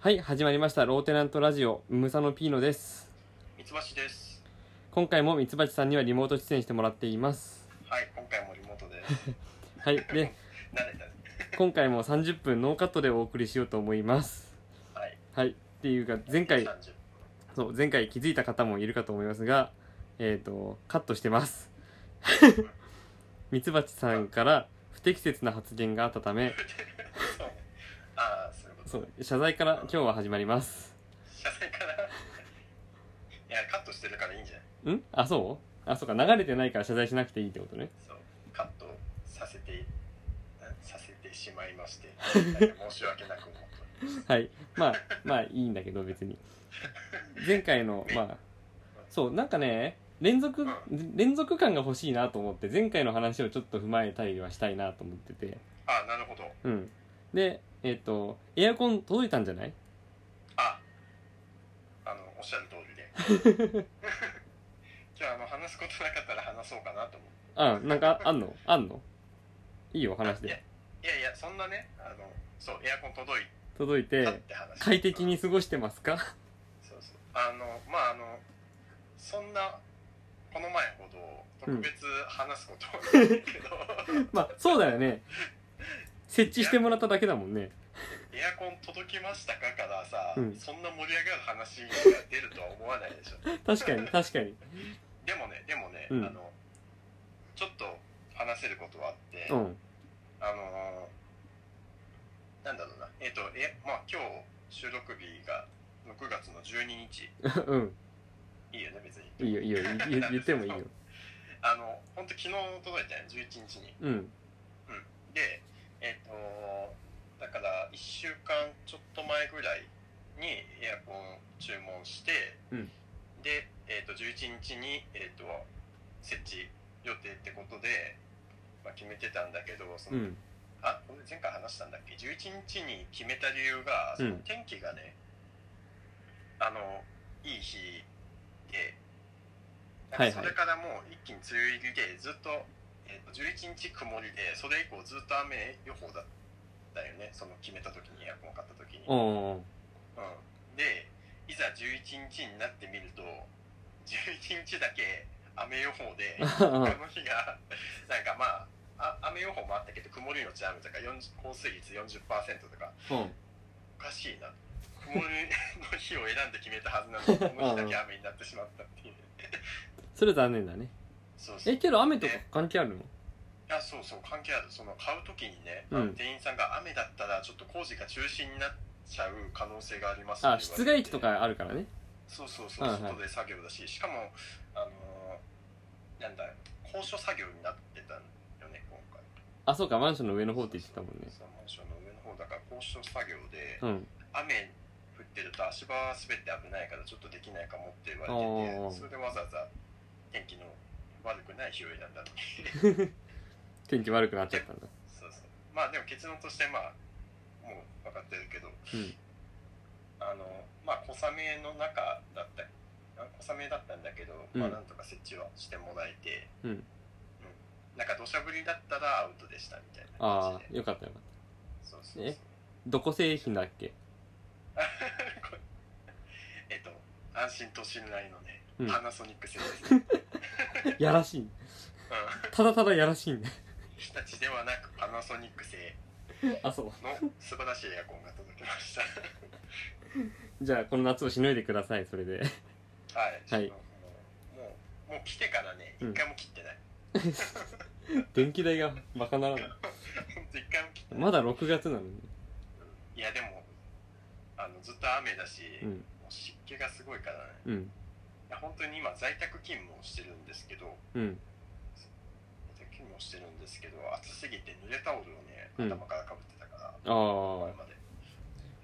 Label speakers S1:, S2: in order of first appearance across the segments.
S1: はい、始まりました。ローテナントラジオ、ムサノピーノです。
S2: ミツバシです。
S1: 今回もミツバチさんにはリモート出演してもらっています。
S2: はい、今回もリモートです。
S1: はい、で、
S2: 慣れたね。
S1: 今回も30分ノーカットでお送りしようと思います。
S2: はい。
S1: はい、っていうか、前回、
S2: 30
S1: そう、前回気づいた方もいるかと思いますが、えっ、と、カットしてます。 ミツバチさんから不適切な発言があったため、
S2: そうね。ああ、そういうこと。
S1: そう、謝罪から今日は始まります。
S2: 謝罪から。いや、カットしてるからいいんじゃない。
S1: んあ、そうあ、そうか、流れてないから謝罪しなくていいってことね。
S2: そう。カットさせて。させてしまいまして。申し訳なく思っ
S1: はい。まあ、まあいいんだけど、別に。前回の、まあ、そう、なんかね、連続、連続感が欲しいなと思って、前回の話をちょっと踏まえたりはしたいなと思ってて。
S2: た。ああ、なるほど。
S1: うん。で、えっ、と、エアコン届いたんじゃない
S2: あ。あの、おっしゃる通りで。 じゃあ、あの、話すことなかったら、話そうかなと思う。
S1: うん、なんか、あんのあんのいいよ、話
S2: いや
S1: で。
S2: いやいや、そんなね、あの、そう、エアコン届い
S1: 届い、
S2: たってて話。
S1: 快適に過ごしてますか
S2: そうそうあのまああのそんなこの前ほど特別話すことはないけど、
S1: まあ、そうだよね。設置してもらっただけだもんね。
S2: エアコン届きましたかからさ、
S1: うん
S2: そんな盛り上がる話が出るとは思わないでしょ
S1: 確かに、確かに。
S2: でもねでもね、
S1: うん
S2: あのちょっと話せることはあって、
S1: うん。
S2: あのーなんだろうなえっ、とえまあ今日収録日が6月の12日
S1: うん。
S2: いいよね別に
S1: いいよ、いいよ。言言ってもいいよ。
S2: あの本当昨日届いたよ11日に
S1: うん。
S2: でえっ、とだから1週間ちょっと前ぐらいにエアコン注文して、
S1: うん
S2: で、えっと11日に、えっと設置予定ってことで、まあ、決めてたんだけどそうの、
S1: ん。
S2: あこれ前回話したんだっけ11日に決めた理由がその
S1: うん
S2: 天気がね、あのいい日で
S1: はいはい
S2: なんかそれからもう一気に梅雨入りでずっと,、えーと11日曇りでそれ以降ずっと雨予報だったよねその決めた時にエアコン買った時に、
S1: お
S2: うんでいざ11日になってみると11日だけ雨予報で
S1: ー
S2: この日が、なんかまあ、あ雨予報もあったけど、曇りのち雨とか、40降水率40%とか、
S1: うん
S2: おかしいな。曇りの日を選んで決めたはずなのに、この日だけ雨になってしまったっていう。
S1: それ残念だね
S2: そうそう。
S1: え
S2: い
S1: けど雨とか関係あるの
S2: や、そうそう、関係ある。その、買うときにね、
S1: うん
S2: 店員さんが雨だったら、ちょっと工事が中止になっちゃう可能性があります
S1: あ
S2: って
S1: 室
S2: 言われ
S1: 外機
S2: て
S1: と。かあるからね
S2: そうそうそう、
S1: はいはい
S2: 外で作業だし、しかも、あのーなんだ、高所作業になってたんよね、今回。
S1: あそうかマンションの上の方って言ってたもんね
S2: そうマンションの上の方だから高所作業で、
S1: うん
S2: 雨降ってると足場は滑って危ないからちょっとできないかもって言わ
S1: お
S2: れ
S1: ー
S2: ててそれでわざわざ天気の悪くない日を選んだの に
S1: 天気悪くなっちゃったんだ
S2: そうそうまあでも結論としてまあもう分かってるけど
S1: うん
S2: あのまあ小雨の中だったあ小雨だったんだけど、
S1: うん
S2: まあなんとか設置はしてもらえて、
S1: うん
S2: うんなんか土砂降りだったらアウトでしたみたいな
S1: あ
S2: 感じ
S1: あ
S2: で
S1: よかったよかった
S2: そうそうそう
S1: えどこ製品だっけ
S2: えっと安心と信頼のね、
S1: うん
S2: パナソニック製です、 うん、
S1: やらしいただただやらしいんだ
S2: 日立ではなくパナソニック製
S1: あそ
S2: の素晴らしいエアコンが届きました
S1: うじゃあこの夏をしのいでくださいそれ で
S2: はい、
S1: はい
S2: もうもう来てからね
S1: うん
S2: 一回も切ってない、
S1: 電気代がバカならない
S2: ほんと一回も切ってない、
S1: まだ6月なのに
S2: いやでもあのずっと雨だし、
S1: う
S2: もうん湿気がすごいからね
S1: うん
S2: いや本当に今在宅勤務をしてるんですけど
S1: うん
S2: 在宅勤務をしてるんですけど暑すぎて濡れタオルをね
S1: うん
S2: 頭からかぶってたから、
S1: ああ
S2: 前まで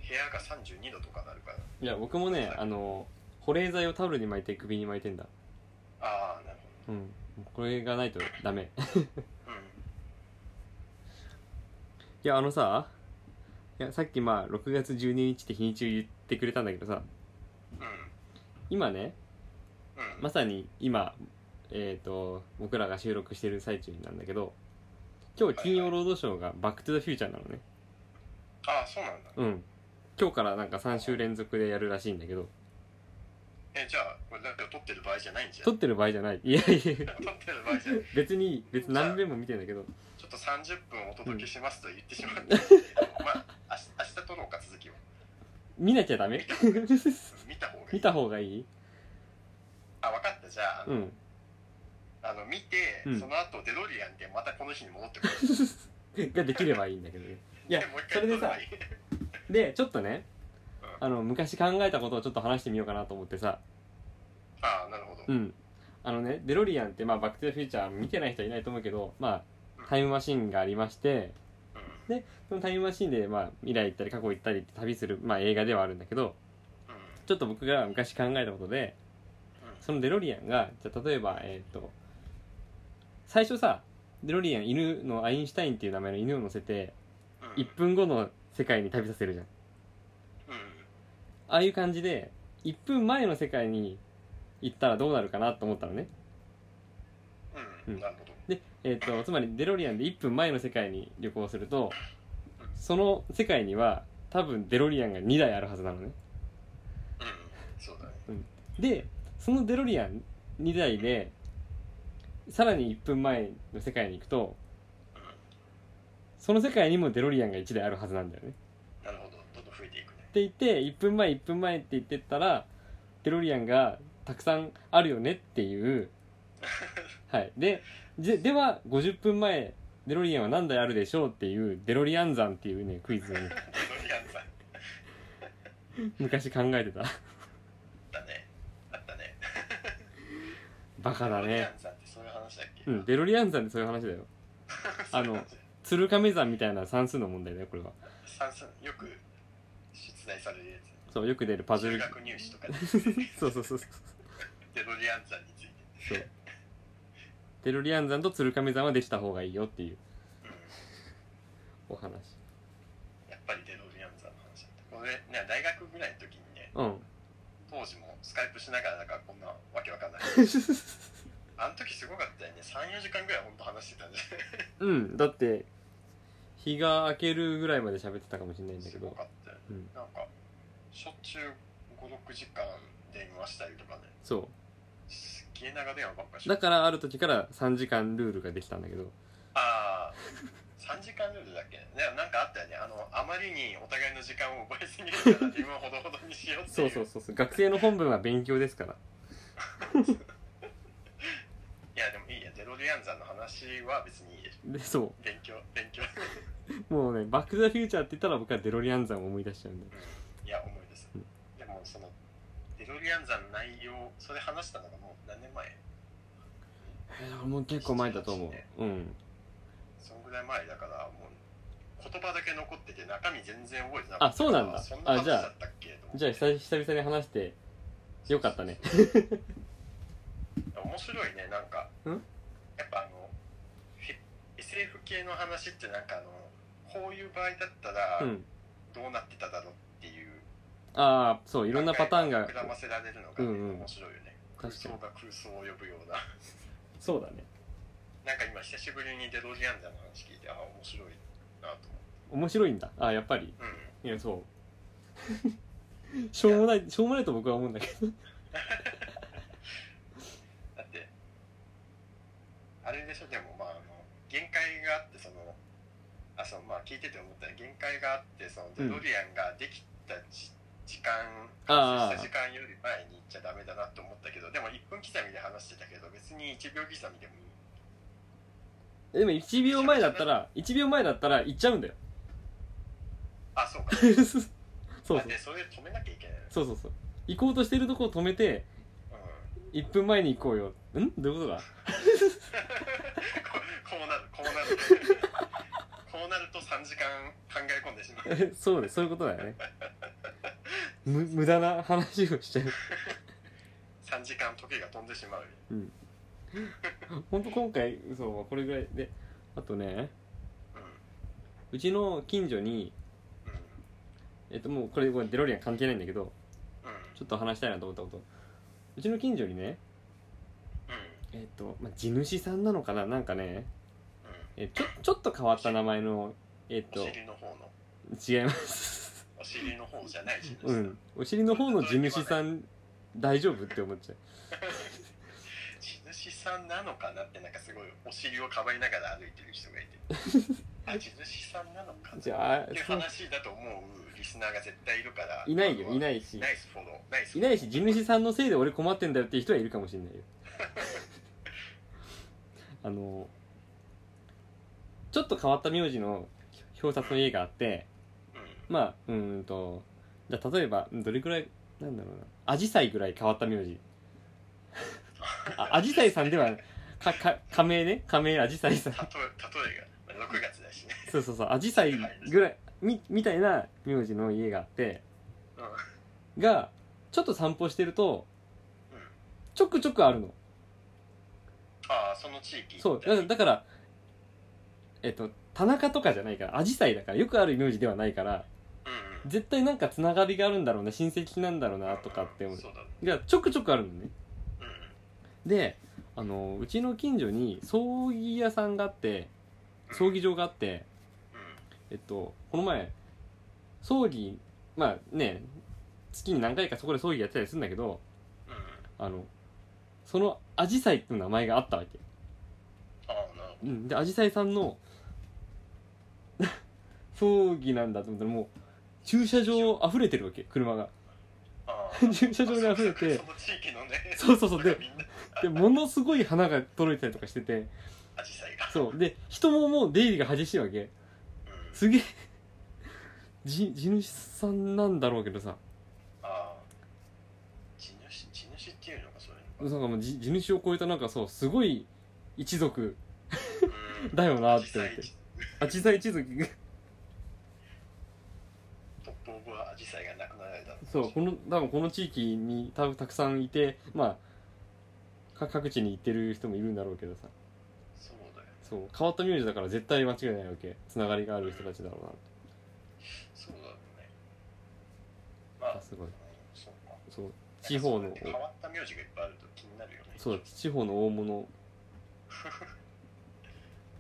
S2: 部屋が32度とかなるから
S1: いや僕もねあの保冷剤をタオルに巻いて首に巻いてんだ
S2: ああなる
S1: うんこれがないとダメ
S2: ほどうん
S1: いやあのさいやさっきまあ6月12日って日にちを言ってくれたんだけどさ
S2: う
S1: 今ね
S2: んうん
S1: まさに今えっ、と僕らが収録してる最中なんだけど今日金曜ロードショーが「バック・トゥ・ザ・フューチャー」なのね
S2: ああそうなんだ
S1: うん今日からなんか3週連続でやるらしいんだけど
S2: えじゃあこれラジオ撮ってる場合じゃないんじゃ
S1: 撮
S2: ん
S1: ってる場合じゃないいやいや
S2: 撮ってる場合じゃない
S1: 別に別に何遍も見てんだけど
S2: ちょっと30分お届けしますと言ってしまって、まあ明日明日撮ろうか続きを
S1: 見なきゃダメ
S2: 見た方がいい
S1: 見た方がいい
S2: あ分かったじゃあ、
S1: うん
S2: あの見て、
S1: うん
S2: その後デロリアンでまたこの日に戻ってくる
S1: ができればいいんだけどねいや
S2: でもう一
S1: そ
S2: 回
S1: れで
S2: 撮れば
S1: さ
S2: いい
S1: でちょっとね
S2: う
S1: あの昔考えたことをちょっと話してみようかなと思ってさ
S2: ああなるほど、
S1: うんあのねデロリアンって、まあ、バック・トゥ・ザ・フューチャー見てない人はいないと思うけどまあタイムマシンがありまして
S2: うん
S1: そのタイムマシンで、まあ、未来行ったり過去行ったりって旅する、まあ、映画ではあるんだけど
S2: うん
S1: ちょっと僕が昔考えたことで
S2: うん
S1: そのデロリアンがじゃあ例えばえーっ、と最初さデロリアン犬のアインシュタインっていう名前の犬を乗せて
S2: うん
S1: 1分後の世界に旅させるじゃん
S2: うん
S1: ああいう感じで1分前の世界に行ったらどうなるかなと思ったのね
S2: うん
S1: うん
S2: なるほど
S1: で、えー、とつまりデロリアンで1分前の世界に旅行するとその世界には多分デロリアンが2台あるはずなのね
S2: うんそうだね
S1: でそのデロリアン2台でさらに1分前の世界に行くとその世界にもデロリアンが1台あるはずなんだよね
S2: なるほどどんどん増えていくね
S1: って言って1分前1分前って言ってったらデロリアンがたくさんあるよねって いうはいでででは50分前デロリアンは何台あるでしょうっていうデロリアン山っていうねクイズを ね
S2: デロリアンさん
S1: 昔考えて た
S2: だねあったね
S1: バカだ
S2: デロリ
S1: ね
S2: アンさんってそういう話だっけ
S1: うんデロリアン山ってそういう話だよあの鶴亀山みたいな算数の問題だよこれは
S2: 算数よく出題されるやつ
S1: そうよく出るパズ
S2: 中
S1: ル
S2: 学入試とかで
S1: そうそうそうそう
S2: デロリアンさんについて
S1: そうデロリアン山と鶴亀山はできた方がいいよっていう
S2: うん
S1: お話
S2: やっぱりデロリアンさんの話だったこれね大学ぐらいの時にね
S1: うん
S2: 当時もスカイプしながらなんかこんなわけわかんないあの時すごかったよね34時間ぐらい本当話してたんで
S1: うんだって日が明けるぐらいまで喋ってたかもしれないんだ
S2: す
S1: け
S2: ご
S1: ど
S2: かったよ、
S1: うん
S2: なんかしょっちゅう56時間電話したりとかね
S1: そ
S2: すっげえ長電話ばっかりし
S1: う
S2: て
S1: だからある時から3時間ルールができたんだけど
S2: ああ3時間ルールだっけでもなんかあったよねあのあまりにお互いの時間を奪いすぎるから自分はほどほどにしようって
S1: そ
S2: いう
S1: そうそうそう学生の本分は勉強ですから
S2: いやでもいいやデロリアンさんの話は別にいいです
S1: でそ
S2: 勉強勉強
S1: うもうね「バック・ザ・フューチャー」って言ったら僕はデロリアン山を思い出しちゃうんだよ
S2: いや思い出すでもそのデロリアンさんの内容それ話したのがもう何年前
S1: えーもう結構前だと思ううん
S2: そんぐらい前だからもう言葉だけ残ってて中身全然覚えてなかった
S1: あそうなんだ
S2: そんな
S1: あ
S2: 話
S1: じゃあ
S2: だったっけと思って
S1: じゃあ久々久々に話してよかったね
S2: 面白いねなんか
S1: ん
S2: やっぱあのフィ SF 系の話ってなんかあのこういう場合だったら
S1: うん
S2: どうなってただろうっていう、
S1: ああそういろんなパターンが
S2: 膨らませられるのがね、
S1: うんうん
S2: 面白いよね空
S1: 確か
S2: 想
S1: に
S2: が空想を呼ぶような
S1: そうだね
S2: なんか今久しぶりにデロリアンザの話聞いてああ面白いなと
S1: 面白いんだああやっぱり
S2: 思う、うん、
S1: いやそう しょうもないしょうもないと僕は思うんだけど
S2: だってあれでしょでもまああの限界があってそのあそうまあ聞いてて思ったよ限界があってそのデロリアンができたじ、時間
S1: ああ
S2: 発生した時間より前に行っちゃダメだなと思ったけどでも1分刻みで話してたけど別に1秒刻みでもいい
S1: でも1秒前だったら1秒前だったら行っちゃうんだよ
S2: あそうか
S1: そうそう
S2: だってそれ止めなきゃいけないの
S1: そうそうそう行こうとしてるとこを止めて
S2: うん
S1: 1分前に行こうよんどういうことだ
S2: ここうなるこうなるこうなると3時間考え込んでしまう
S1: そうねそういうことだよねむ無駄な話をしちゃう
S2: 3時間時が飛んでしまうよ
S1: 本当今回そうはこれぐらいであとね
S2: うん
S1: うちの近所に
S2: う
S1: えっともうこれこれデロリアン関係ないんだけど
S2: んうん
S1: ちょっと話したいなと思ったことうちの近所にね
S2: う
S1: えっと、まあ、地主さんなのかななんかね
S2: んうん
S1: えちょちょっと変わった名前のえっ
S2: お
S1: と
S2: 尻の方の
S1: 違います
S2: お尻の方じゃない地主
S1: う
S2: さん、
S1: んお尻の方の地主さん大丈夫って思っちゃう
S2: 地主さんなのかなってなんかすごいお尻をかばいながら歩いてる人がいて あ地主さんなのかな
S1: じゃあ
S2: っていう
S1: そう
S2: 話だと思うリスナーが絶対いるから
S1: いないよいないいし
S2: ナイスフォローナイス
S1: いないし地主さんのせいで俺困ってんだよっていう人はいるかもしれ ないよあのちょっと変わった名字の表札の家があって
S2: うん
S1: まあうーんとじゃあ例えばどれくらいなんだろうなアジサイぐらい変わった 名字あアジサイさんではかか仮名ね仮名アジサイさん
S2: たと例えが、まあ、6月だしね、
S1: そうそうそうアジサイぐらいみみたいな名字の家があって
S2: うんうん、
S1: がちょっと散歩してるとちょくちょくあるの
S2: ああその地域
S1: そう
S2: だ
S1: だからだからえっと田中とかじゃないからアジサイだからよくある名字ではないから
S2: うんうん
S1: 絶対なんかつながりがあるんだろうな親戚なんだろうなとかって思う
S2: そうだね
S1: がちょくちょくあるのね
S2: うんうん
S1: であのうちの近所に葬儀屋さんがあって葬儀場があって
S2: う
S1: えっとこの前葬儀まあね月に何回かそこで葬儀やってたりするんだけど
S2: んうん
S1: あのそのアジサイっていう名前があったわけ
S2: ああなる
S1: うん、で、アジサイさんの、 葬儀なんだと思ったら、もう、駐車場溢れてるわけ、車が。
S2: あ
S1: 駐車場に溢れて
S2: その地域のね
S1: そうそうそうで
S2: みんな
S1: で、ものすごい花が届いたりとかしてて、
S2: アジサイが
S1: そう。で、人ももう出入りが激しいわけ。
S2: うん
S1: すげえ、じ、地主さんなんだろうけどさ、
S2: ああ地主地主っていうのがそれ
S1: なんかもうじ地主を超えたなんかそう、すごい一族、
S2: う ん
S1: だよなって思って
S2: アジサ
S1: アジサイ一族が、
S2: イトップオブアジサイがなくなられた
S1: そう、この、多分この地域に多分たくさんいて、まあ、か各地に行ってる人もいるんだろうけどさ。
S2: そうだよ
S1: そう変わった名字だから絶対間違いないわけつながりがある人たちだろうなって
S2: そうだろうねまあ
S1: あすごい
S2: うんそうか
S1: そう地方
S2: なん
S1: の
S2: かそうやって変わった名字がいっぱいあると気になるよね
S1: そう地方の大物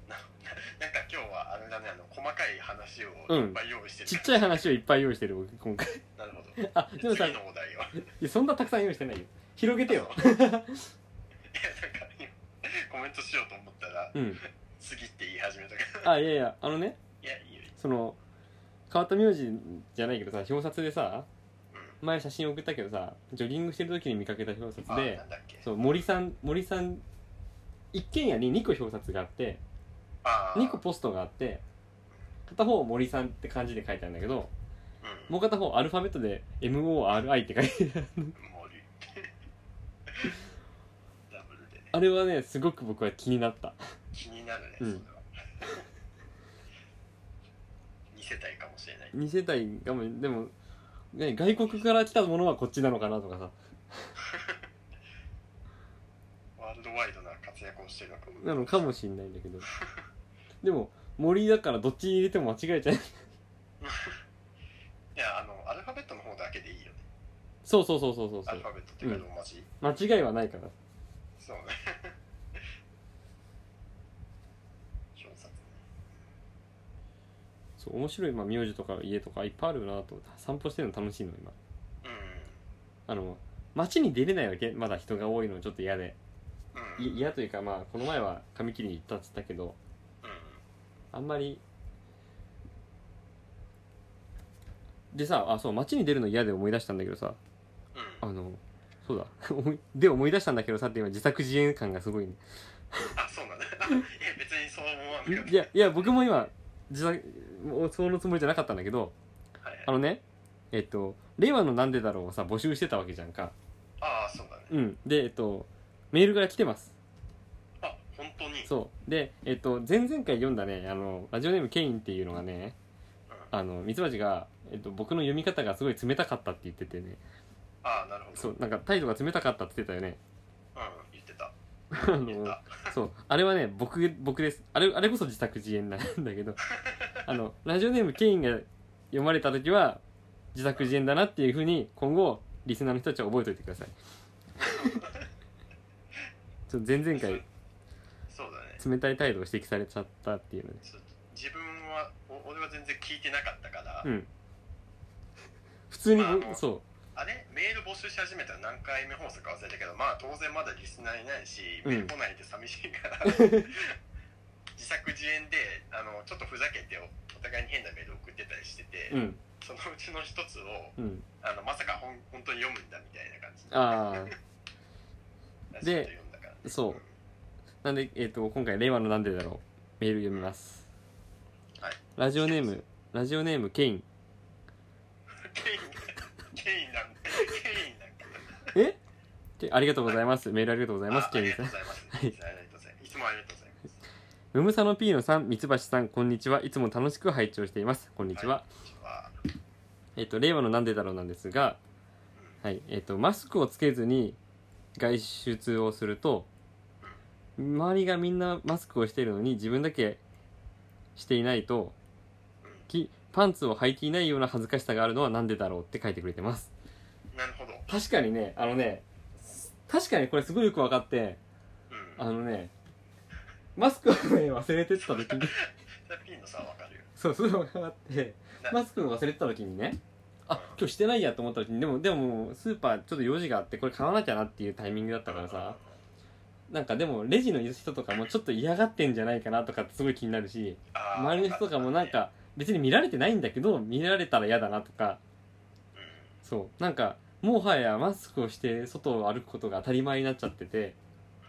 S2: ななんか今日はあれだねあの細かい話を
S1: うん
S2: いっぱい用意してる、
S1: ちっちゃい話をいっぱい用意してる僕今回
S2: なるほど
S1: あでもさ
S2: 次のお題を
S1: いやそんなたくさん用意してないよ広げてよ
S2: いやなんか今コメントしようと思ったら
S1: うん
S2: 「次」って言い始めたから
S1: あいやいやあのね
S2: いやいいよいいよ
S1: その変わった名字じゃないけどさ表札でさ
S2: うん
S1: 前写真送ったけどさジョギングしてる時に見かけた表札
S2: あ
S1: で
S2: なんだっけ
S1: そう森さん森さん一軒家に2個表札があって
S2: ああ
S1: 2個ポストがあって片方森さんって漢字で書いてあるんだけど
S2: うん
S1: もう片方アルファベットで MORI って書いてある
S2: 森 ダブルでね
S1: あれはねすごく僕は気になった
S2: 気になるね、
S1: うん
S2: それは2世帯かもしれない
S1: 2世帯がもでも、ね、外国から来たものはこっちなのかなとかさ
S2: ワールドワイドな活躍をしてるのかも
S1: なのかもしんないんだけどでも森だからどっちに入れても間違えちゃう
S2: いやあのアルファベットの方だけでいいよね
S1: そうそうそうそうそう
S2: ア
S1: そ
S2: ル
S1: う
S2: ファベットっていうかローマ字、
S1: 間違いはないから
S2: そうね 表札ね
S1: そう面白い、まあ、名字とか家とかいっぱいあるなと思って散歩してるの楽しいの今
S2: う
S1: あの街に出れないわけまだ人が多いのちょっと嫌で
S2: んうん
S1: い嫌というかまあこの前は髪切りに行ったっつったけど
S2: うん
S1: あんまりでさあそう街に出るの嫌で思い出したんだけどさ
S2: うん
S1: あのそうだ 思いで思い出したんだけどさって今自作自演感がすごいね
S2: あそ うなんだいや別にそう思わんけど
S1: いやいや僕も今自作もうそのつもりじゃなかったんだけど
S2: はいはい
S1: あのねえっと「令和のなんでだろう」をさ募集してたわけじゃんか
S2: ああそうだね
S1: うんでえっとメールが来てます
S2: あ本当に
S1: そうでえっと前々回読んだねあのラジオネームケインっていうのがね
S2: うん
S1: あのミツバチが、えっと、僕の読み方がすごい冷たかったって言っててね
S2: ああなるほど
S1: そうなんか態度が冷たかったって言ってたよね
S2: うん言ってた
S1: あ
S2: 言って
S1: の
S2: た
S1: そうあれはね僕僕ですあれあれこそ自作自演なんだ けどあのラジオネームケインが読まれた時は自作自演だなっていうふうに今後リスナーの人たちは覚えておいてくだ さいちょっと前々回
S2: そうだね
S1: 冷たい態度を指摘されちゃったっていうので
S2: そう自分はお俺は全然聞いてなかったから、
S1: うん普通に
S2: まああの
S1: そう
S2: あれメール募集し始めたら何回目放送か忘れたけどまあ当然まだリスナーいないし
S1: うん
S2: メール来ないで寂しいから、 自作自演であのちょっとふざけておお互いに変なメール送ってたりしてて、
S1: うん
S2: そのうちの一つを
S1: うん
S2: あのまさかほん本当に読むんだみたいな感じ
S1: あ
S2: で
S1: で
S2: 読んだから、ね、
S1: あそうなんで、えっと今回「令和のなんでだろう」メール読みます、
S2: はい
S1: ラジオネームラジオネームケイン
S2: ケインケインなんだケインなんだ
S1: えけありがとうございますメールありがとうございます
S2: ああ
S1: ケイ
S2: り
S1: ン
S2: が
S1: さ
S2: と
S1: ん
S2: うございますありがとうございますいつもありがとうございます
S1: ムムサノピーノさん、ミツバシさん、こんにちは。いつも楽しく拝聴しています。こんにちは。
S2: いこんにちは
S1: えっと、令和のなんでだろうなんですが、はい、えっと、マスクをつけずに外出をすると、周りがみんなマスクをしているのに自分だけしていないと、きパンツを履いていないような恥ずかしさがあるのはなんでだろうって書いてくれてます。
S2: なるほど、
S1: 確かにね、あのね、確かにこれすごいよくわかって、
S2: うん、
S1: あのね、マスクをね、忘れてった時に、
S2: それピンのさわかるよ
S1: そう、すごいわかって、
S2: な
S1: マスクを忘れてた時にね、あ、今日してないやと思った時に、でも、でも、スーパーちょっと用事があって、これ買わなきゃなっていうタイミングだったからさ、なんかでも、レジの人とかもちょっと嫌がってんじゃないかなとかってすごい気になるし、
S2: あー
S1: 周りの人とかもなん、か、別に見られてないんだけど、見られたら嫌だなとか、
S2: うん
S1: そう、なんか、もはやマスクをして外を歩くことが当たり前になっちゃってて、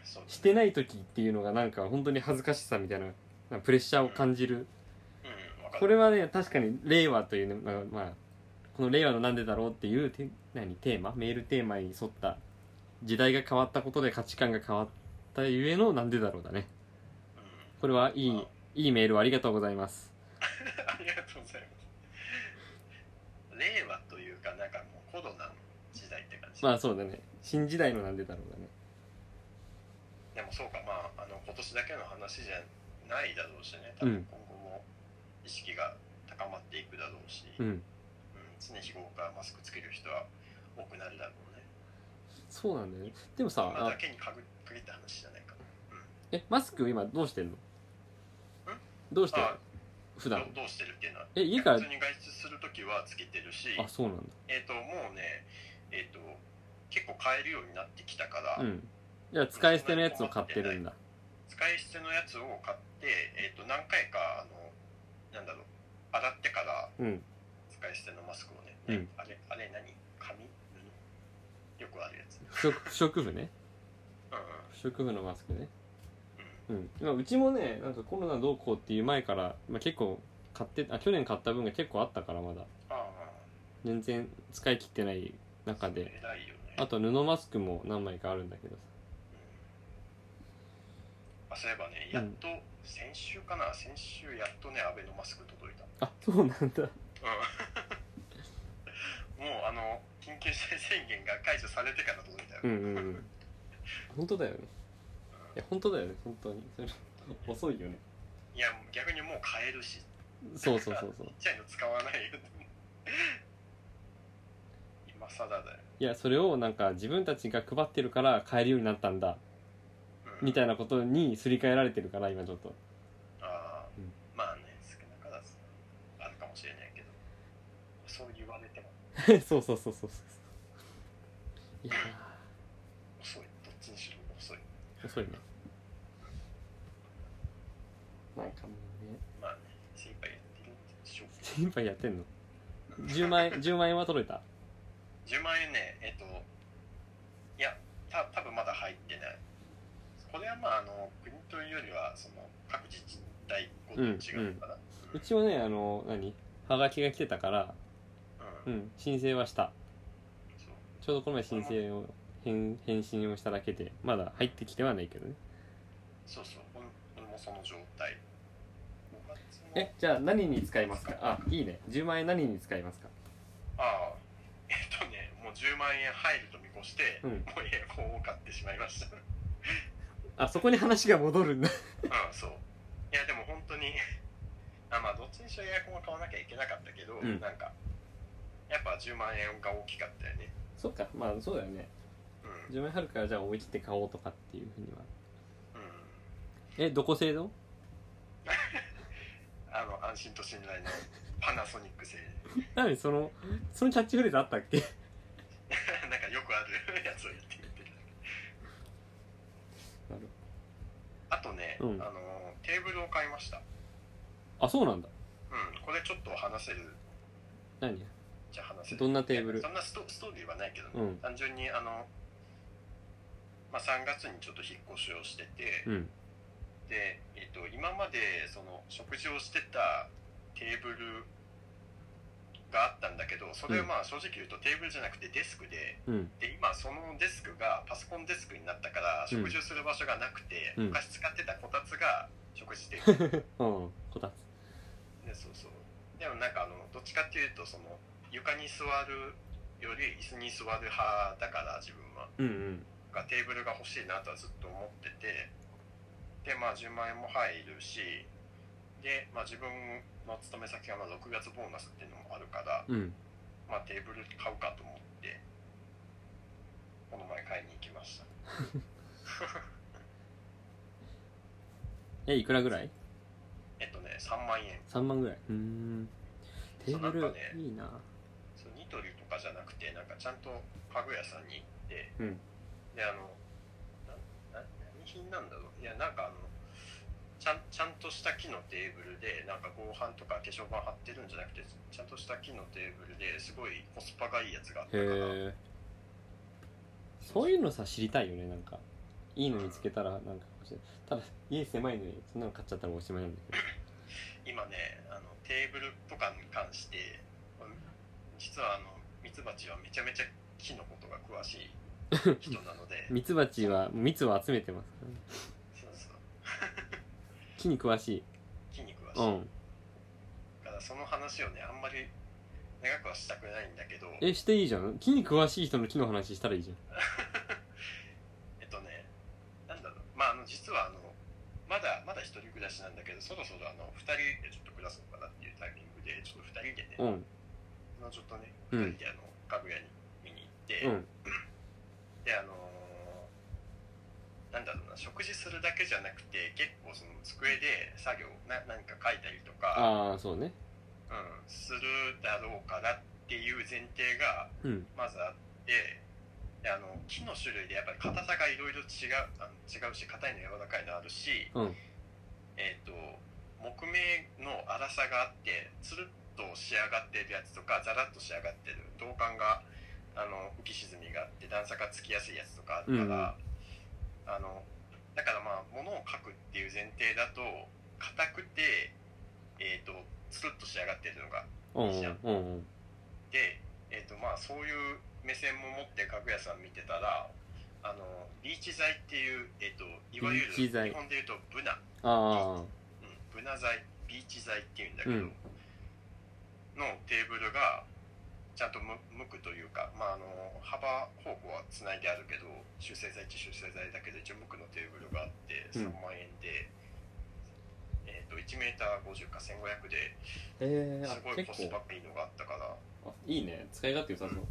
S2: そうだね
S1: してない時っていうのがなんか本当に恥ずかしさみたいな、なんかプレッシャーを感じる
S2: うんわかる
S1: これはね確かに令和というね、まあまあ、この令和のなんでだろうっていうて何テーマメールテーマに沿った時代が変わったことで価値観が変わったゆえのなんでだろうだね
S2: うん
S1: これはいい
S2: あ
S1: いいメールをありがとうございます
S2: ありがとうございます令和というかなんかもうコロナの時代って感じ、
S1: まあそうだね新時代のなんでだろうだね
S2: でもそうかまああの今年だけの話じゃないだろうしね多
S1: うん
S2: 分今後も意識が高まっていくだろうし、
S1: う
S2: うん
S1: ん
S2: 常日頃からマスクつける人は多くなるだろうね
S1: そうなんだよねでもさ
S2: 今だ
S1: あ
S2: けに限限った話じゃないかな
S1: えマスク今どうしてんのどうしてる
S2: あ
S1: 普段
S2: どうどうしてるっていうのは
S1: え家から
S2: 普通に外出するときはつけてるし
S1: あそうなんだ
S2: えっ、ともうねえっ、と結構買えるようになってきたから、
S1: うんじゃあ使い捨てのやつを買ってるんだ
S2: 使い捨てのやつを買って、えー、と何回かあのなんだろう洗ってから
S1: うん
S2: 使い捨てのマスクをね、
S1: うん
S2: あれあれ何紙布よくあるやつ
S1: 不織不織布ね
S2: うんうん
S1: 不織布のマスクね
S2: う
S1: うん、まあうちもねなんかコロナどうこうっていう前から、まあ、結構買ってあ去年買った分が結構あったからまだ
S2: んあ
S1: 全然使い切ってない中
S2: あ
S1: で
S2: 偉いよね
S1: あと布マスクも何枚かあるんだけどさ
S2: あそういえばねやっと、先週かな先週やっとねアベノマスク届いた
S1: あそうなんだ
S2: うんもうあの緊急事態宣言が解除されてから届いたよ、
S1: うんうんうん本当だよねいや本当だよね本当にそれ遅いよね
S2: いやもう逆にもう買えるし
S1: そうそうそうそう
S2: ちっちゃいの使わないよ今更だよ、
S1: いやそれをなんか自分たちが配ってるから買えるようになったんだ
S2: うん、
S1: みたいなことにすり替えられてるから今ちょっと
S2: ああ、
S1: うん
S2: まあね少なからずあるかもしれないけどそう言われても
S1: そうそうそうそうそういや
S2: 遅いどっちにしろ遅い
S1: ー遅いねなんかも うね
S2: まあね精一杯やってるんでしょうけど
S1: 精一杯やってんの10万円10万円 は届いた
S2: 10万円ねえっ、といやた多分まだ入ってないこれはまああの国というよりはその各自治体ごとに違うから、
S1: うちはねあの何はがきが来てたから
S2: う
S1: うんん申請はした
S2: そう
S1: ちょうどこの前申請を返返信をしただけでまだ入ってきてはないけどね
S2: そうそう俺俺もその状態五月の
S1: えじゃあ何に使いますかあいいね10万円何に使いますか
S2: ああえっとねもう10万円入ると見越して、
S1: うん
S2: もうエアコンを買ってしまいましたうん
S1: あそこに話が戻るんだ
S2: そういやでも本当にあまあどっちにしろエアコンは買わなきゃいけなかったけど、
S1: うん
S2: なんかやっぱ10万円が大きかったよね
S1: そっかまあそうだよね
S2: うん、うん、
S1: 10万円春からじゃあ思い切って買おうとかっていうふうにはえどこ製の
S2: あの安安心と信頼のパナソニック製
S1: なのにそのそのキャッチフレーズあったっけ
S2: なんかよくあるやつを言ってみてる
S1: なる
S2: あとね、
S1: うん
S2: あのテーブルを買いました
S1: あそうなんだ
S2: うんこれちょっと話せる
S1: 何
S2: じゃ話せる
S1: どんなテーブル
S2: そんなストストーリーはないけどね、
S1: うん
S2: 単純にあの、まあ、3月にちょっと引っ越しをしてて、
S1: うん
S2: で、えっと今までその食事をしてたテーブルがあったんだけどそれ
S1: うん
S2: はまあ正直言うとテーブルじゃなくてデスクで
S1: うん
S2: で今そのデスクがパソコンデスクになったから
S1: うん
S2: 食事をする場所がなくて、
S1: うん
S2: 昔使ってたこたつが食事で きる
S1: うんこたつ
S2: でそうそうでもなんかあのどっちかっていうとその床に座るより椅子に座る派だから自分は
S1: うんうん
S2: がテーブルが欲しいなとはずっと思っててでまあ10万円も入るしで、まあ、自分の勤め先がまあ6月ボーナスっていうのもあるから、
S1: うん
S2: まあ、テーブル買うかと思ってこの前買いに行きました
S1: えいくらぐらい
S2: えっとね3万円
S1: 3万ぐらいうーんテーブ
S2: そうな
S1: ル
S2: んかね
S1: いいな
S2: そうニトリとかじゃなくてなんかちゃんと家具屋さんに行って、
S1: うん
S2: であのなな何品なんだろういやなんかあのちゃんちゃんとした木のテーブルでなんか合板とか化粧板貼ってるんじゃなくてちゃんとした木のテーブルですごいコスパがいいやつがあったから
S1: へえそういうのさ知りたいよねなんかいいの見つけたらなんか欲しいただ家狭いのにそんなの買っちゃったらおしまいなんだけど
S2: 今ねあのテーブルとかに関して実はあのミツバチはめちゃめちゃ木のことが詳しい人なの で
S1: ミツバチは蜜を集めてますからね
S2: そうそう
S1: 木に詳しい
S2: 木に詳しい。
S1: うん
S2: だからその話をねあんまり長くはしたくないんだけどえ
S1: えしていいじゃん木に詳しい人の木の話したらいいじ
S2: っとねなんだろうまああの実はあのまだまだ一人暮らしなんだけどそろそろあの2人でちょっと暮らすのかなっていうタイミングでちょっと2人でね、
S1: ゃんうん
S2: もうちょっとね
S1: う
S2: 2
S1: ん
S2: 人であの家具屋に見に行って、
S1: うん
S2: であのーなんだろうな食事するだけじゃなくて結構その机で作業な何か書いたりとか、
S1: ああそうね
S2: うん、するだろうからっていう前提が
S1: うん
S2: まずあってであの木の種類でやっぱり硬さがいろいろ違うあの違うし硬いの柔らかいのあるし、
S1: うん
S2: えっ、と木目の粗さがあってつるっと仕上がってるやつとかザラッと仕上がってる銅管があの浮き沈みがあって段差がつきやすいやつとかあるから、あのだからまあ物を描くっていう前提だと硬くてえっ、とつるっと仕上がってるのが
S1: うんうんうんうん
S2: で、えーとまあ、そういう目線も持って家具屋さん見てたらあのリーチ材っていう、えー、といわゆる
S1: リー
S2: 日
S1: チ材
S2: 本でいうとブナ、
S1: あ
S2: うん、ブナ材ビーチ材っていうんだけど、
S1: うん
S2: のテーブルがちゃんとむ向くというか、まあ、あの幅方向はつないであるけど修正材一修正材だけで一応無垢のテーブルがあって
S1: うん
S2: 3万円で、えー、と 1m50 か1500で
S1: あへえ
S2: すごい
S1: 結
S2: コス
S1: 構
S2: パがいいのがあったから。
S1: あいいね使い勝手良さそう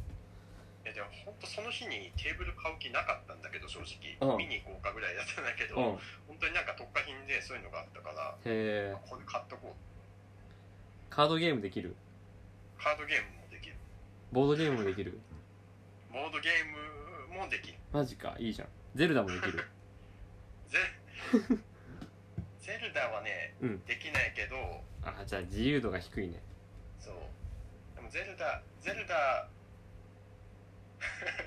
S2: いやでも本当その日にテーブル買う気なかったんだけど正直、
S1: うん
S2: 見に行こうかぐらいだったんだけど、
S1: うんへ
S2: 本当になんか特価品でそういうのがあったから
S1: え
S2: これ買っとこう
S1: カードゲームできる
S2: カードゲームもできる
S1: ボードゲームもできる
S2: ボードゲームもできる
S1: マジかいいじゃんゼルダもできる
S2: ゼ ゼルダはね、
S1: うん
S2: できないけど
S1: あーじゃあ自由度が低いね
S2: そうでもゼルダゼルダ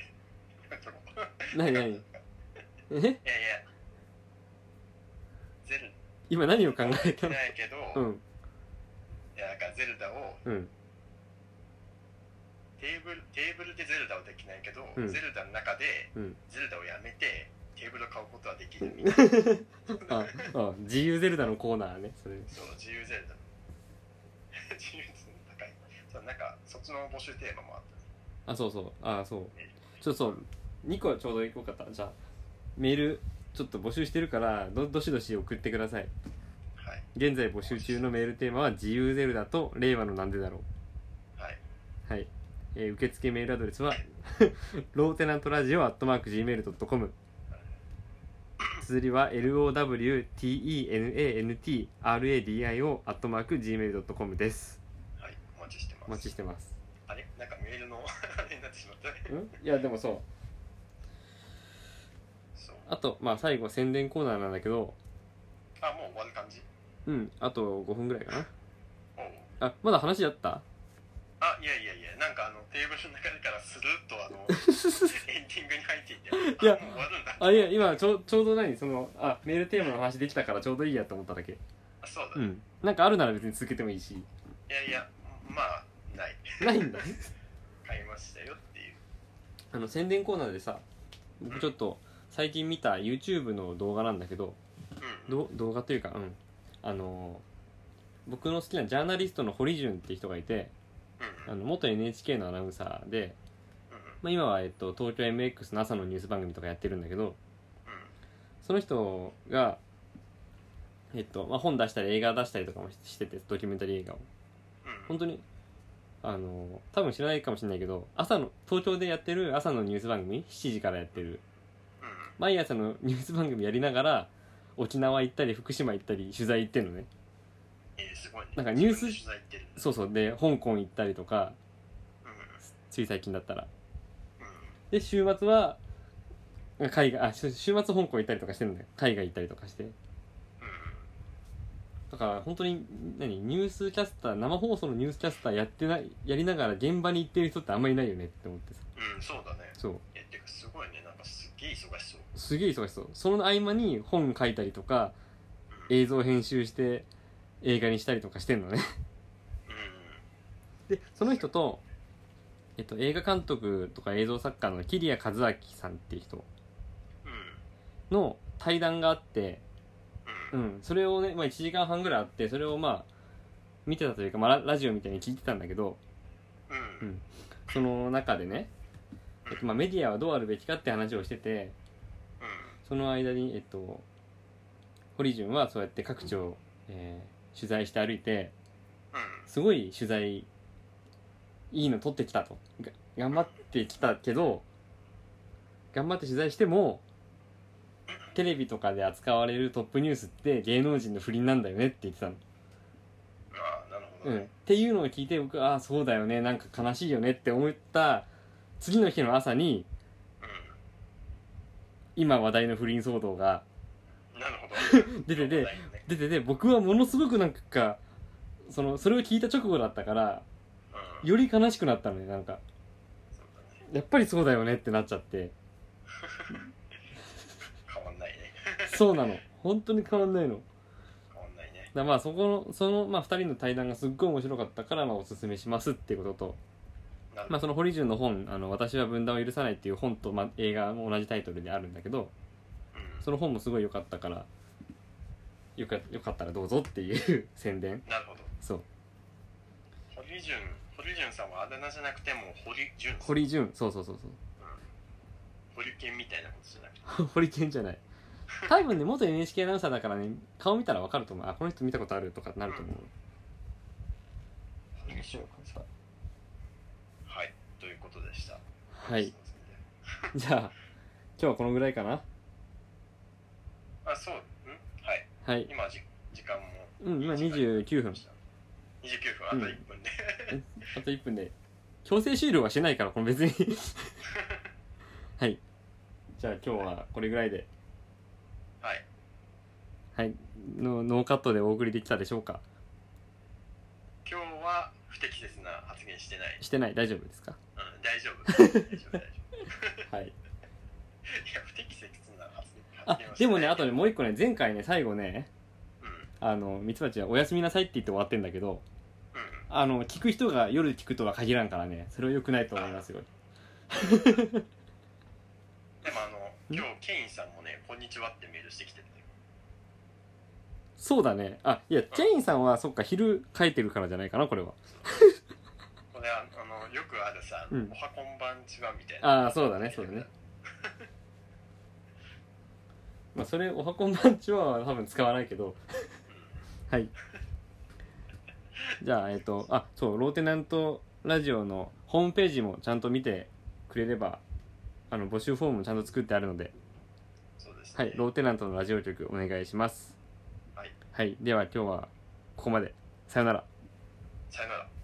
S1: 何何え
S2: いやいやゼル
S1: 今何を考え
S2: ダ
S1: た
S2: でき
S1: の
S2: ないけど、
S1: うん
S2: いやだからゼルダを
S1: うん
S2: テーブルテーブルでゼルダはできないけど、
S1: うん
S2: ゼルダの中で、
S1: うん
S2: ゼルダをやめてテーブルを買うことはできるみたいな
S1: ああ自由ゼルダのコーナーねそれ
S2: そう自由ゼルダ 自由ゼルダ高いそうなんかそっちの募集テーマもあった
S1: あそうそうあそうちょっとそう2個ちょうどいこうかったじゃあメールちょっと募集してるからどどしどし送ってください
S2: はい
S1: 現在募集中のメールテーマは「自由ゼルダ」と「令和のなんでだろ
S2: はい、
S1: う」はい、えー受付メールアドレ スはローテナントラジオアットマーク Gmail.com 綴りは lowtenanradio アットマーク gmail.com です
S2: はい、お待ちしてます。
S1: お待ちしてます
S2: あれなんかメールの あれになってしまったね。
S1: いやでもそう
S2: そう。
S1: あとまあ最後宣伝コーナーなんだけど
S2: あ、もう終わる感じ
S1: うんあと5分ぐらいかな
S2: おう
S1: あまだ話やった
S2: あ、いやいやいや、なんかあの、テーブルの中からスルッと あの、エンディングに入ってい
S1: い
S2: て、
S1: や
S2: あもう終わるんだ。
S1: あいや今ちょちょうど何そのあメールテーマの話できたからちょうどいいやと思っただけ
S2: あそうだ、
S1: う
S2: い
S1: んなんかあるなら別に続けてもいいし
S2: やいや、まあ、ない。
S1: ないんだ
S2: 買いましたよっていう。
S1: あの宣伝コーナーでさ僕ちょっと最近見た YouTube の動画なんだけど
S2: うん。
S1: ど動画というかうんあのー僕の好きなジャーナリストの堀潤って人がいて
S2: うん。
S1: あ
S2: うん。
S1: の元 NHK のアナウンサーで、まあ、今は、えっと、東京 MX の朝のニュース番組とかやってるんだけどその人が、えっとまあ、本出したり映画出したりとかもししててドキュメンタリー映画を
S2: うん。
S1: 本当にあの多分知らないかもしれないけど朝の東京でやってる朝のニュース番組7時からやってる
S2: うん。うん。
S1: 毎朝のニュース番組やりながら沖縄行ったり福島行ったり取材行ってるのね
S2: えー、すごいね。
S1: なんかニュース
S2: 自分で取材行ってる。
S1: そうそうで香港行ったりとか
S2: うん。うん。
S1: つい最近だったらで週末は海外あし週末香港行ったりとかしてるんだよ海外行ったりとかして
S2: う
S1: だから本当に何ニュースキャスター生放送のニュースキャスターやってないやりながら現場に行ってる人ってあんまりいないよねって思ってさ
S2: ん。うん、そうだね。
S1: そう
S2: え、てかすごいね。なんかすっげえ忙しそう。
S1: すげえ忙しそうその合間に本書いたりとか
S2: うん。
S1: 映像編集して映画にしたりとかしてんのね
S2: う ん。
S1: でその人と、えっと、映画監督とか映像作家の桐谷和明さんっていう人
S2: うん。
S1: の対談があって、
S2: う。
S1: うんん、それをね、まあ、1時間半ぐらいあってそれをまあ見てたというか、まあ、ララジオみたいに聞いてたんだけど
S2: うん。
S1: うんその中でね、えっとまあ、メディアはどうあるべきかって話をしてて
S2: う
S1: その間に、えっと、堀潤はそうやって各地を、えー取材して歩いて
S2: ん。
S1: すごい取材いいの撮ってきたとが頑張ってきたけど頑張って取材してもテレビとかで扱われるトップニュースって芸能人の不倫なんだよねって言ってたの、
S2: うん。ああ、なるほ
S1: う
S2: ど
S1: ん、っ
S2: ね。
S1: ていうのを聞いて僕ああそうだよねなんか悲しいよねって思った次の日の朝に
S2: う
S1: 今話題の不倫騒動が
S2: ん。なるほ ど。
S1: 出てて
S2: なるほどね
S1: 出てて僕はものすごくなんかそのそれを聞いた直後だったから
S2: うん。
S1: より悲しくなったのねなんか
S2: そうだね。
S1: やっぱりそうだよねってなっちゃって
S2: 変わんないね。
S1: そうなの本当に変わんないの
S2: 変わんないね。
S1: だまあそこのその、まあ、2人の対談がすっごい面白かったから、まあ、おすすめしますっていうことと、
S2: なる
S1: まあ、
S2: ほど。
S1: その堀潤の本「あの私は分断を許さない」っていう本と、まあ、映画も同じタイトルであるんだけど
S2: うん
S1: その本もすごい良かったからよかよかったらどうぞっていう 宣伝
S2: なるほど。
S1: そう
S2: 堀潤、堀潤さんはあだ名じゃなくても、堀潤さん。
S1: 堀潤そうそうそうそう
S2: 堀健みたいなことじゃなくて。
S1: 堀健じゃない多分ね元 NHK アナウンサーだからね顔見たら分かると思うあこの人見たことあるとかなると思う
S2: 堀潤さん。はい。ということでした。
S1: はいじゃあ今日はこのぐらいかな
S2: あ、そう。んはい。
S1: はい
S2: 今、じ時間も。
S1: うん今29分
S2: 29分、あと1分で。
S1: あと1分で強制終了はしないからこれ別に はいじゃあ今日はこれぐらいで
S2: はい。
S1: はいのノーカットでお送りできたでしょうか
S2: 今日は不適切な発言してない。
S1: してない大丈夫ですか
S2: うん、大丈夫。 大丈夫、大丈夫。
S1: はい
S2: いや、不適切な発言
S1: あでもねあとねもう
S2: 一
S1: 一個ね前回ね最後ね
S2: うん、うん、
S1: あのミツバチは「おやすみなさい」って言って終わってんだけど
S2: うん
S1: あの聞く人が夜聞くとは限らんからねそれは良くないと思いますよ
S2: でもあの、今日、ケインさんもね、こんにちはってメールしてきてて。
S1: そうだねあいやチェインさんはそっか昼書いてるからじゃないかなこれは
S2: これああの、よくあるさ、
S1: うん
S2: おはこんばんちはみたいな。
S1: ああそうだねそうだねまあそれおはこんばんちは多分使わないけどはいじゃあえっとあそうローテナントラジオのホームページもちゃんと見てくれればあの募集フォームもちゃんと作ってあるので
S2: そうです
S1: はい、ローテナントのラジオ局お願いします。
S2: はい、
S1: はい、では今日はここまで。さよなら。
S2: さよなら。